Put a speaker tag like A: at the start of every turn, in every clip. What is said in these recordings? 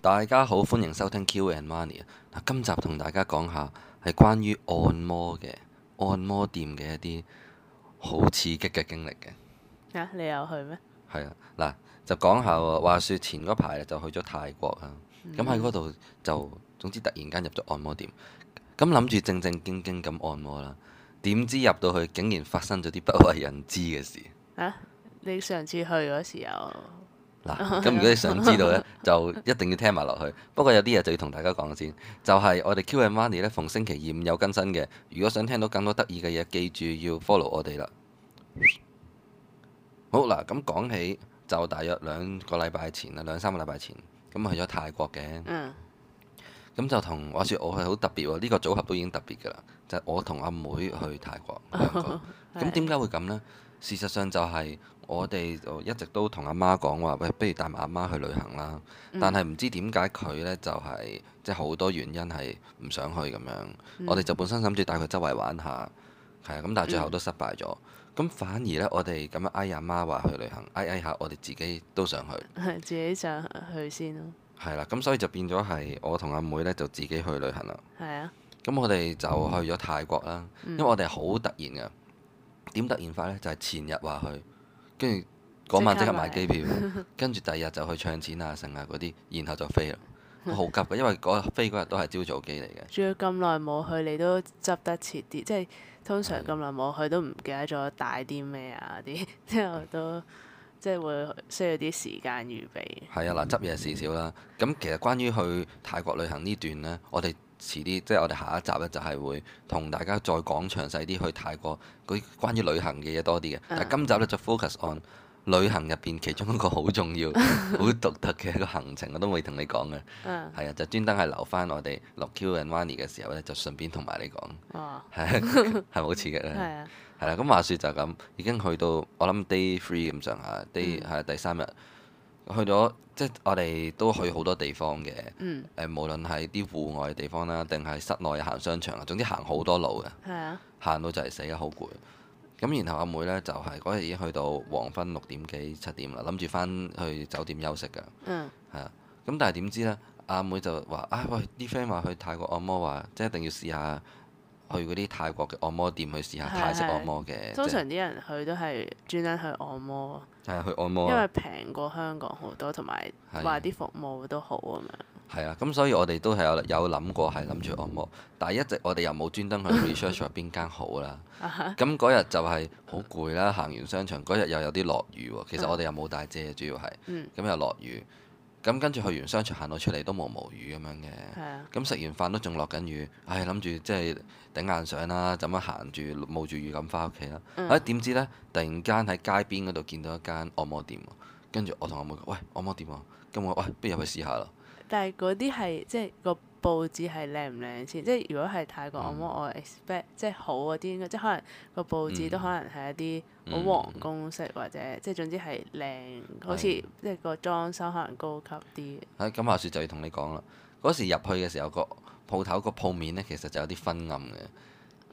A: 大家好，歡迎收聽 Q and Money 啊！嗱，今集同大家講下係關於按摩嘅按摩店嘅一啲好刺激嘅經歷嘅。
B: 嚇、啊你又去咩？
A: 係啊，嗱就講下喎話説前嗰排就去咗泰國啊，咁喺嗰度就總之突然間入咗按摩店，咁諗住正正經經咁按摩啦，點知入到去竟然發生咗啲不為人知嘅事。
B: 嚇、啊你上次去嗰時候，
A: 嗱，咁如果你想知道呢，就一定要聽埋落去。不過有啲嘢就要同大家講先，就係、我哋 Q and Money 咧，逢星期二五有更新嘅。如果想聽到更多得意嘅嘢，記住要 follow 我哋啦。好嗱，咁講起就大約兩個禮拜前啦，兩三個禮拜前，咁去咗泰國嘅，
B: 嗯
A: 咁就同話説我係好特別喎，呢、個組合都已經特別㗎啦，就係我同阿妹去泰國兩個。咁
B: 係
A: 點解會咁呢？事實上就係我哋就一直都同阿媽講話，喂，不如帶埋阿媽去旅行啦。但係唔知點解佢呢，就係即係好多原因係唔想去咁樣。我哋就本身諗住帶佢周圍玩下，係啊，咁但係最後都失敗咗。咁反而呢，我哋咁樣嗌阿媽話去旅行，嗌嗌下我哋自己都想去，
B: 係嗯 自己上去先咯，
A: 係啦。咁所以就變咗係我同阿妹呢，就自己去旅行啦。
B: 係啊，
A: 咁我哋就去咗泰國啦，因為我哋好突然嘅。點突然法呢？就係、前日話去，跟住嗰晚即
B: 即
A: 刻買
B: 刻買
A: 機 票，跟住第二日就去唱錢啊、剩啊嗰啲，然後就飛啦。我好急嘅，因為嗰日飛嗰日都係朝早機嚟嘅。
B: 仲要咁耐冇去，你都執得切啲，即係通常咁耐冇去都唔記得咗帶啲咩啊啲， 之後都即係會需要啲時間預備。
A: 係啊，嗱，執嘢事少啦。咁其實關於去泰國旅行呢段呢，我哋遲啲即係我哋下一集呢，就係會同大家再講詳細啲去泰國嗰啲關於旅行嘅嘢多啲嘅。但係今集呢，就 focus on 旅行入邊其中一個好重要、好獨特嘅一個行程，我都未同你講嘅。
B: 嗯，
A: 係啊，就專登係留翻我哋落 Q and Money 嘅時候咧，就順便同埋你講，
B: 哦，
A: 係啊係咪好刺激
B: 係
A: 咧？
B: 啊，
A: 係啦，咁話説就係咁，已經去到我諗 day three 咁上下，day
B: 嗯
A: 係啊第三日，去咗即係我哋都去好多地方嘅，
B: 嗯，
A: 誒無論係啲戶外嘅地方啦，定係室內行商場啊，總之行好多路嘅，
B: 係啊，
A: 行到就係死啊，好攰。咁然後阿妹呢，就係嗰日已經去到黃昏六點幾七點啦，諗住翻去酒店休息㗎。
B: 嗯，
A: 係啊，咁但係點知呢？阿妹就話：啊喂，啲 friend 話去泰國按摩話，即係一定要試下去嗰啲泰國嘅按摩店去試下
B: 係
A: 泰式
B: 係
A: 按摩嘅，
B: 通
A: 即
B: 常
A: 係
B: 啲人去都係專登去按摩，
A: 係啊去按
B: 因
A: 摩
B: 為
A: 啊，
B: 平過香港好多，同埋
A: 係啊
B: 話啲服務都好咁樣。
A: 係啊，咁所以我哋都係有有諗過係諗住按摩，但係一直我哋又冇專登去 research 話邊間好啦。
B: 啊
A: 咁嗰日就係好攰啦，行完商場嗰日又有啲落雨喎，其實我哋又冇帶遮，主要係
B: 啊嗯
A: 咁又落雨，咁跟住去完商場行到出嚟都毛毛雨咁樣嘅。
B: 係啊，
A: 咁食完飯都仲落緊雨，唉，諗住即係頂硬上啦，就咁樣行住冒住雨咁翻屋企啦。
B: 嗯
A: 唉、點知呢？突然間喺街邊嗰度見到一間按摩店喎，跟住我同我妹講：喂，按摩店喎、咁我喂，不如入去試下啦。
B: 但係嗰啲係即係個佈置係靚唔靚先，即係如果係泰國按摩，
A: 嗯
B: 我 expect 即係好嗰啲應該，即係可能個佈置都可能係一
A: 嗯
B: 啲好皇宮式或者即係總之係靚，好似即係個裝修可能高級啲。
A: 唉、咁話説就要同你講啦。嗰時入去嘅時候，個鋪頭個鋪面呢，其實就有啲昏暗嘅。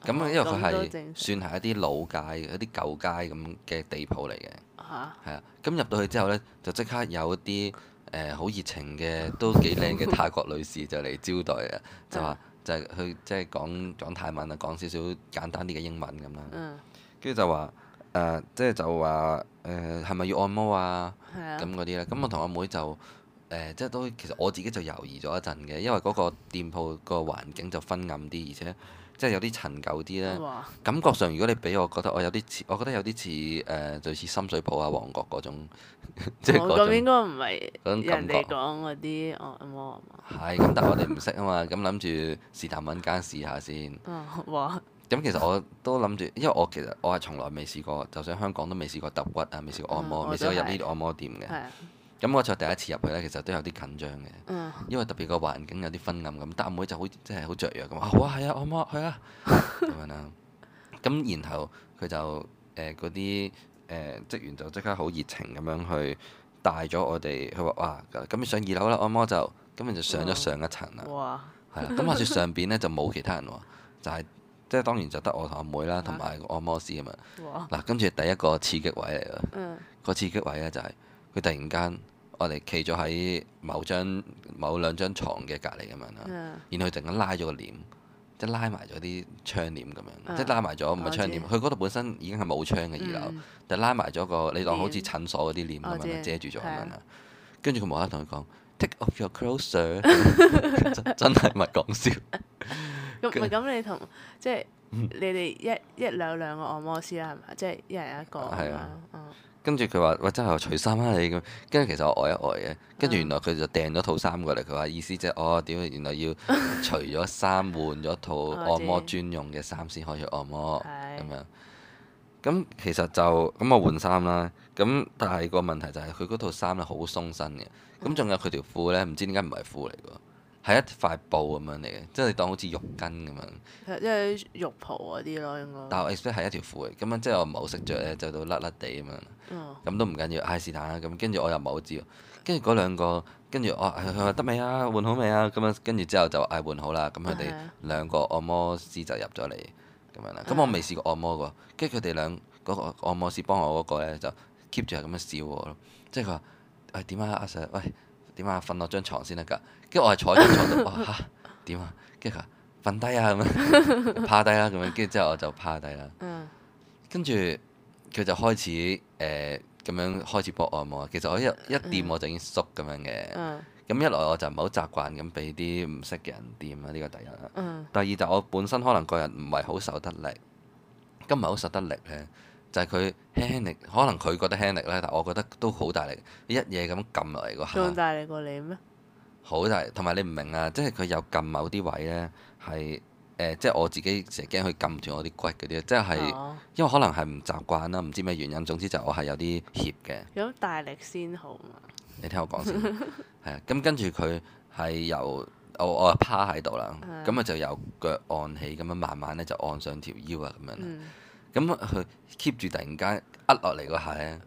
A: 咁因為佢
B: 咁都正
A: 係算係一啲老街、一啲舊街咁嘅地鋪嚟嘅。
B: 嚇
A: 係啊，咁入到去之後呢，就即刻有啲誒好熱情嘅，都幾靚 嘅泰國女士就嚟招待啊，就話就係佢即係講講泰文啊，講少少簡單啲嘅英文咁啦，
B: 嗯，
A: 跟住就話誒、呃即係就話誒係咪要按摩啊
B: 係
A: 咁
B: 啊，
A: 嗰啲咧？咁我同阿妹就誒、呃即係都其實我自己就猶豫咗一陣嘅，因為嗰個店鋪個環境就昏暗啲，而且即係有啲陳舊啲咧。
B: 哇，
A: 感覺上，如果你俾我覺得我有啲似，我覺得有啲似誒類似深水埗啊、旺角嗰種， 即係
B: 我
A: 嗰
B: 哦咁
A: 種
B: 應該唔係
A: 嗰種感
B: 人哋
A: 覺。
B: 講嗰啲按摩啊嘛。
A: 係咁，但係我哋唔識啊嘛，咁諗住是但揾間試下先。
B: 嗯，哇，
A: 咁其實我都諗住，因為我其實我係從來未試過，就算香港都未試過揼骨啊，未試過按摩，
B: 嗯
A: 未
B: 我
A: 試
B: 都
A: 過入呢
B: 係
A: 啲按摩店嘅。
B: 係啊，
A: 咁我就第一次入去呢，其實都有啲緊張嘅，
B: 嗯，
A: 因為特別個環境有啲昏暗咁，但阿妹就好即係好雀躍咁話：好啊，係啊，按摩去啊咁樣啦。咁然後佢就誒嗰啲誒職員就即刻好熱情咁樣去帶咗我哋，佢話：哇，咁你上二樓啦，按啊摩就咁你就上咗上一層啦，
B: 哇，
A: 係啦。咁話説 上邊呢就冇其他人喎，就係即係當然就得我同阿妹啦，同埋個按摩師咁樣。
B: 哇，
A: 嗱，跟住第一個刺激位嚟啦，啊
B: 嗯，
A: 個刺激位呢就係佢突然間我哋企咗喺某張某兩張床嘅隔離咁樣啦，
B: 嗯
A: 然後佢突然間拉咗個簾，即係拉埋咗啲窗簾咁樣，
B: 啊哦
A: 即係拉埋咗唔係
B: 我知
A: 窗簾，佢嗰度本身已經係冇窗嘅二樓，
B: 嗯
A: 就拉埋咗個你當好似
B: 簾
A: 診所嗰啲簾咁
B: 我知
A: 樣啦遮住咗咁
B: 係啊
A: 樣啦，跟住佢無啦啦同佢講 take off your clothes sir，真 真係唔係講笑，
B: 咁咪咁你同即係
A: 嗯
B: 你哋一一兩兩個按摩師啦，係咪？即係一人一個
A: 啊
B: 咁
A: 係
B: 樣
A: 啊。
B: 嗯
A: 跟住佢話喂真係我除衫啦你咁，跟住其實我呆一呆嘅，
B: 嗯
A: 跟住原來佢就訂咗套衫過嚟，佢話意思即係哦屌原來 要除咗衫換咗套
B: 我哦知
A: 按摩專用嘅衫先可以去按摩
B: 係
A: 咁樣。咁其實就咁我換衫啦，咁但係個問題就係佢嗰套衫咧好鬆身嘅，
B: 嗯
A: 咁仲有佢條褲咧唔知點解唔係褲嚟㗎，係一塊布咁樣嚟嘅，即係你當好似浴巾咁樣。
B: 其實即係浴袍嗰啲咯，應該。
A: 但我 expect 係一條褲嚟，咁樣即係我唔係好識着咧，就到甩甩地咁樣。
B: 嗯
A: 咁都唔緊要，唉是但啦。咁跟住我又唔係好知喎，跟住嗰兩個，跟住我唉佢話得未啊，換好未啊？咁樣跟住之後就唉換好啦。咁佢哋
B: 係啊
A: 兩個按摩師就入咗嚟咁樣啦。咁我未試過按摩過，跟住佢哋兩嗰個按摩師幫我嗰個咧就 keep 住係咁樣笑我咯，即係佢話喂點啊阿 Sir，喂點啊瞓落張床先得㗎。跟住我係坐喺張床度，我話嚇點啊？跟住佢話瞓低啊咁樣， 趴低啦啊咁樣。跟住之後我就趴低啦。
B: 嗯，
A: 跟住佢就開始誒咁、樣開始幫我按摩。啊其實我一一掂我就已經縮咁樣嘅。咁、
B: 嗯
A: 一來我就唔係好習慣咁俾啲唔識嘅人掂啊啦，呢、個第一啦。
B: 嗯
A: 第二就我本身可能個人唔係好受得力，咁唔係好受得力咧，就係佢輕力，可能佢覺得輕力咧，但我覺得都好大力，一嘢咁撳落嚟個
B: 仲
A: 下，
B: 大力過你咩？
A: 好大力。同埋你唔明啊，即係佢又撳某啲位咧，係誒、即係我自己成日驚佢撳斷我啲骨嗰啲，即係。
B: 哦
A: 因為可能係唔習慣啦，唔知咩原因。總之就我係有啲怯嘅，
B: 咁大力先好嘛。
A: 你聽我講先。係啊，咁跟住佢係由我我就趴喺度啦，
B: 嗯
A: 咁啊就由腳按起，咁樣慢慢咧就按上條腰啊咁樣啦。
B: 嗯
A: 咁佢 keep 住突然間呃落嚟嗰下咧，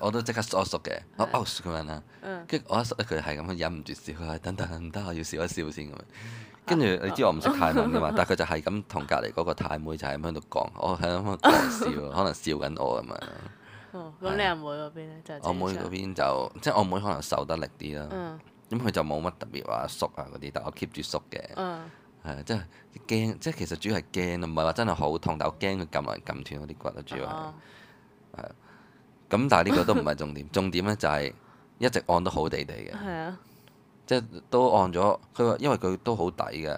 A: 我都即刻縮一縮嘅，我 out 咁樣啦。
B: 嗯
A: 跟住我一縮咧，佢係咁樣忍唔住笑，佢話等等唔得，我要笑一笑先咁樣。跟住你知我唔識泰文噶嘛，但係佢就係咁同隔離嗰個泰妹就係咁喺度講，我係咁喺度笑，可能笑緊我咁樣。
B: 哦，咁你阿妹嗰邊咧就
A: 啊我妹嗰
B: 正常
A: 邊就即係我妹可能受得力啲啦，
B: 嗯
A: 咁佢、就冇乜特別話縮啊嗰啲，但我 keep 住縮嘅，
B: 嗯
A: 係啊即係驚，即係其實主要係驚啊，唔係話真係好痛，但我驚佢撳嚟撳斷我啲骨啊，主要係。
B: 哦
A: 咁但係呢個都唔係重點， 重點咧就係一直按得好地地嘅，
B: 係啊，
A: 即係都按咗。佢話因為佢都好抵嘅，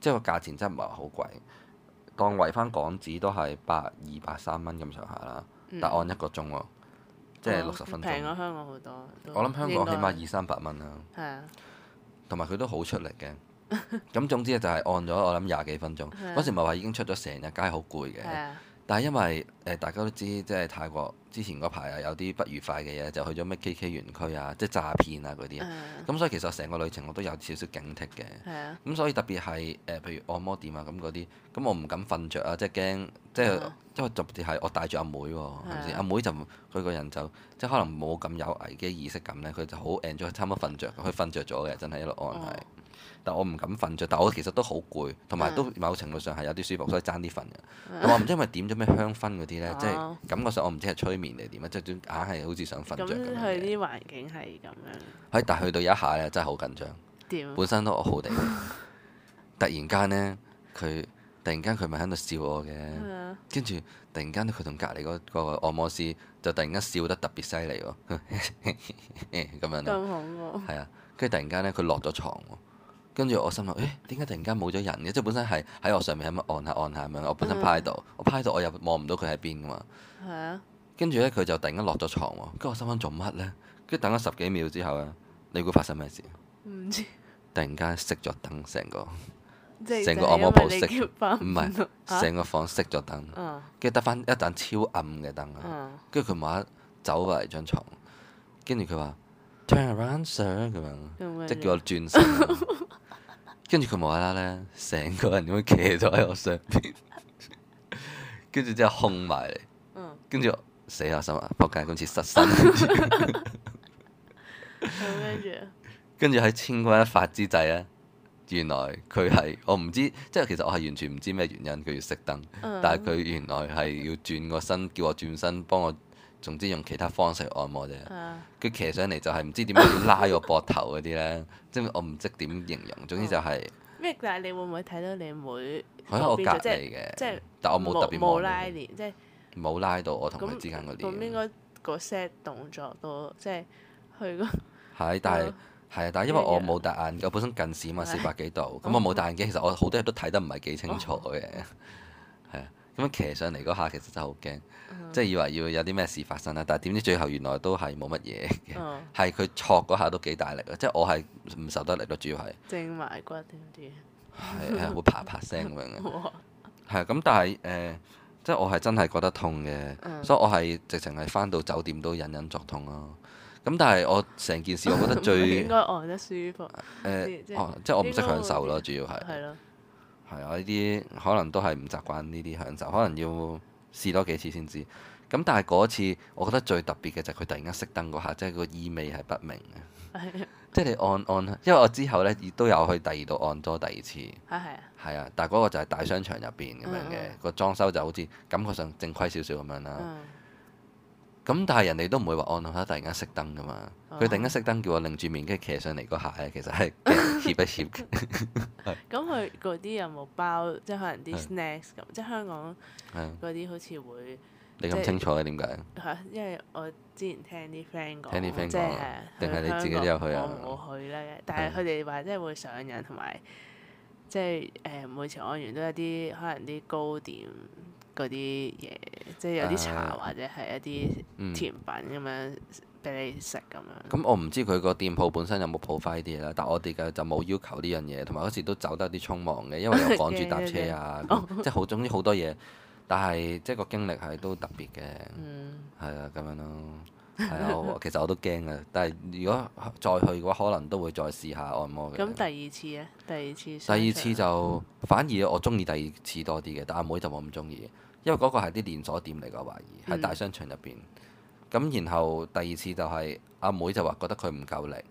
A: 即係個價錢真係唔係話好貴，當圍翻港紙都係百二百三蚊咁上下啦，但按一個鐘喎，即係
B: 哦
A: 六十分
B: 平
A: 鐘。
B: 過香港好多。都
A: 我諗香港起
B: 應該
A: 碼二三百蚊啦。
B: 係啊，
A: 同埋佢都好出力 嘅。咁總之咧就係按咗我諗廿幾分鐘，
B: 係啊
A: 嗰時咪話已經出咗成日街好攰嘅
B: 係，啊，
A: 但係因為誒、呃大家都知即係泰國之前嗰排啊有啲不愉快嘅嘢，就去咗咩 KK 園區啊，即係詐騙啊嗰啲，
B: 嗯
A: 咁所以其實成個旅程我都有少少警惕嘅。
B: 係啊，
A: 咁所以特別係誒、呃譬如按摩店啊咁嗰啲，咁我唔敢瞓着啊，即係驚，即係
B: 啊
A: 因為特別係我帶住阿妹喎，係咪
B: 係
A: 先？
B: 啊
A: 阿妹就唔佢個人就即係可能冇咁有危機意識咁咧，佢就好 enjoy，差唔多瞓着，佢瞓着咗嘅，真係一路按係。
B: 哦
A: 但我唔敢瞓着，但我其實都好攰，同埋
B: 嗯啊
A: 都某程度上係有啲舒服，所以爭啲瞓嘅。同埋我唔知因為點咗咩香薰嗰啲咧，即係
B: 哦
A: 感覺上我唔知係催眠定點啊，即係總硬係好似想瞓
B: 咁
A: 着咁樣嘅
B: 佢。啲環境係咁樣
A: 係，但係去到有一下咧，真係好緊張。
B: 點？
A: 本身都我好地，突然間呢，佢突然間佢咪喺度笑我嘅，
B: 係啊
A: 跟住突然間佢同隔離嗰個按摩師就突然間笑得特別犀利喎， 咁樣啦，
B: 咁恐怖。
A: 係啊，跟住突然間呢，佢落咗床喎，跟住我心諗，誒點解突然間冇咗人嘅？即係本身係喺我上面咁樣按下按下咁樣，我本身趴喺度，我趴喺度我又望唔到佢喺邊噶嘛，
B: 係啊，
A: 跟住呢，佢就突然間落咗床喎，跟住我心諗做乜呢？跟住等咗十幾秒之後呢，你估發生咩事？
B: 唔知
A: 突然間熄咗燈，成個。
B: 即係
A: 成個
B: 就係
A: 按摩
B: 因為
A: 鋪
B: 你
A: 熄
B: 叫返
A: 唔係
B: 啊
A: 成個房熄咗燈，
B: 嗯
A: 跟住得翻一盞超暗嘅燈啊！
B: 嗯
A: 跟住佢冇啦走過嚟張床，跟住佢話 turn around sir 咁樣，
B: 嗯咁
A: 即係
B: 樣
A: 叫我轉身啊。跟住佢無啦啦咧，成個人咁樣企咗喺我上邊， 跟住之後控埋嚟，
B: 嗯
A: 跟住我死下心啊！仆街，今次失身。
B: 咁跟住
A: 跟住喺千鈞一髮之際咧，原來佢係我唔知，即係其實我係完全唔知咩原因佢要熄燈，
B: 嗯
A: 但係佢原來係要轉個身，叫我轉身幫我總之用其他方式按摩啫。
B: 啊，
A: 佢騎上嚟就係唔知點樣拉我膊頭嗰啲咧， 即係我唔識點形容。總之就係
B: 咩？但係你會唔會睇到你妹
A: 喺我隔
B: 邊哦度即係
A: 離嘅，
B: 即係
A: 但我冇特別
B: 冇
A: 望
B: 拉
A: 佢，
B: 鍊，即係
A: 冇拉到我同佢
B: 咁
A: 之間嗰
B: 咁
A: 啲。
B: 應該嗰 set 動作都即係去個
A: 係，但係
B: 嗯
A: 係啊，但係因為我冇戴眼，我本身近視嘛，四百幾度，咁我冇戴眼鏡，其實我好多嘢都睇得唔係幾清楚嘅。係啊，咁樣騎上嚟嗰下其實真係好驚，即係以為要有啲咩事發生啦，但係點知最後原來都係冇乜嘢嘅。
B: 嗯
A: 係佢戳嗰下都幾大力啊！即係我係唔受得力咯，主要係
B: 正埋骨點知？
A: 係係會啪啪聲咁樣嘅。
B: 哇！
A: 係咁，但係誒、呃即係我係真係覺得痛嘅，所以我係直情係翻到酒店都隱隱作痛咯。咁但係我成件事，我覺得最 啊
B: 應該按得舒服，
A: 誒
B: 即，係
A: 哦，即係我唔識
B: 應該會
A: 享受咯，
B: 啲
A: 主要係
B: 係咯，
A: 係啊，呢啲可能都係唔習慣呢啲享受，可能要試多幾次先知。咁但係嗰次，我覺得最特別嘅就係佢突然間熄燈嗰下，即係個意味係不明嘅。
B: 係
A: 即係你按按，因為我之後咧亦都有去第二度按多第二次，
B: 啊係啊，
A: 係啊，但係嗰個就係大商場入邊咁樣
B: 嗯
A: 嘅
B: 嗯，
A: 個裝修就好似感覺上正規少少咁樣啦。
B: 嗯
A: 咁但係人哋都唔會話按下突然間熄燈噶嘛，
B: 哦
A: 佢突然間熄燈叫我擰住面，跟住騎上嚟嗰下咧，其實係驚怯一怯 嘅。
B: 咁佢嗰啲有冇包即係可能啲
A: 係
B: snacks 咁？即係香港
A: 係啊
B: 嗰啲好似會
A: 你
B: 即
A: 咁
B: 係
A: 清楚嘅點解？
B: 係，因為我之前聽啲 friend 講，
A: 聽啲 friend
B: 即係
A: 講定係你自己都有去啊
B: 我冇去啦，但係佢哋話即係會上癮同埋即係誒每次按完都有啲可能啲糕點嗰啲嘢，即係有啲茶
A: 啊
B: 或者係一啲
A: 嗯，
B: 甜品咁樣俾你食咁樣。
A: 咁我唔知佢個店鋪本身有冇鋪翻呢啲嘢啦，但我哋嘅就冇要求呢樣嘢，同埋嗰時都走得有啲匆忙嘅，因 為又趕住搭車啊，咁即係好總之好多嘢，但係即係個經歷係都特別嘅。
B: 嗯，
A: 係啊，咁樣咯。係啊，我其實我都驚嘅，但係如果再去嘅話，可能都會再試下按摩嘅。
B: 咁第二次咧，第二次
A: 啊第
B: 相信
A: 二次就反而我中意第二次多啲嘅，但阿妹就冇咁中意，因為嗰個係啲連鎖店嚟嘅，我懷疑
B: 嗯
A: 喺大商場入邊。咁然後第二次就係、阿妹就話覺得佢唔夠力，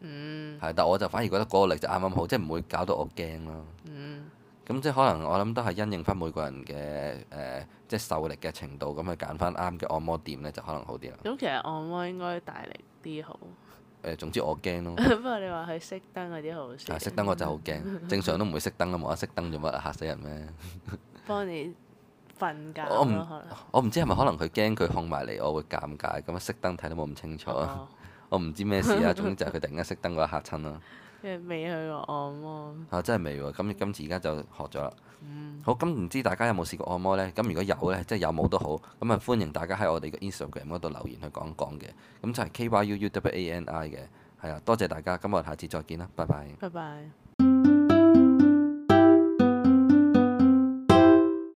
B: 嗯
A: 係，但我就反而覺得嗰個力就啱啱好，即係唔會搞到我驚咯。
B: 嗯
A: 咁即係可能我諗都係因應翻每個人嘅誒、呃即係受力嘅程度，咁去揀翻啱嘅按摩店咧，就可能好啲啦。
B: 咁其實按摩應該大力啲 好，
A: 誒、總之我驚咯。
B: 不過你話佢熄燈嗰啲好
A: 啊！
B: 少，
A: 熄燈我真係好驚，正常都唔會熄燈啦，冇得熄燈做乜啊？嚇死人咩？
B: 幫你瞓覺
A: 我唔
B: 咯，可能。
A: 我唔知係咪可能佢驚佢控埋嚟，我會尷尬咁啊！熄燈睇得冇咁清楚，
B: 哦
A: 我唔知咩事啊。總之就係佢突然間熄燈嗰一嚇親啦。
B: 因為未去過按摩，
A: 啊，真係未喎！咁今次而家就學咗啦。好，咁唔知大家有冇試過按摩呢？咁如果有呢，即係有冇都好，咁啊歡迎大家喺我哋嘅 Instagram 嗰度留言去講講嘅。咁就係 K Y U U W A N I 嘅，係啊，多謝大家，咁我哋下次再見啦，拜拜。
B: 拜拜。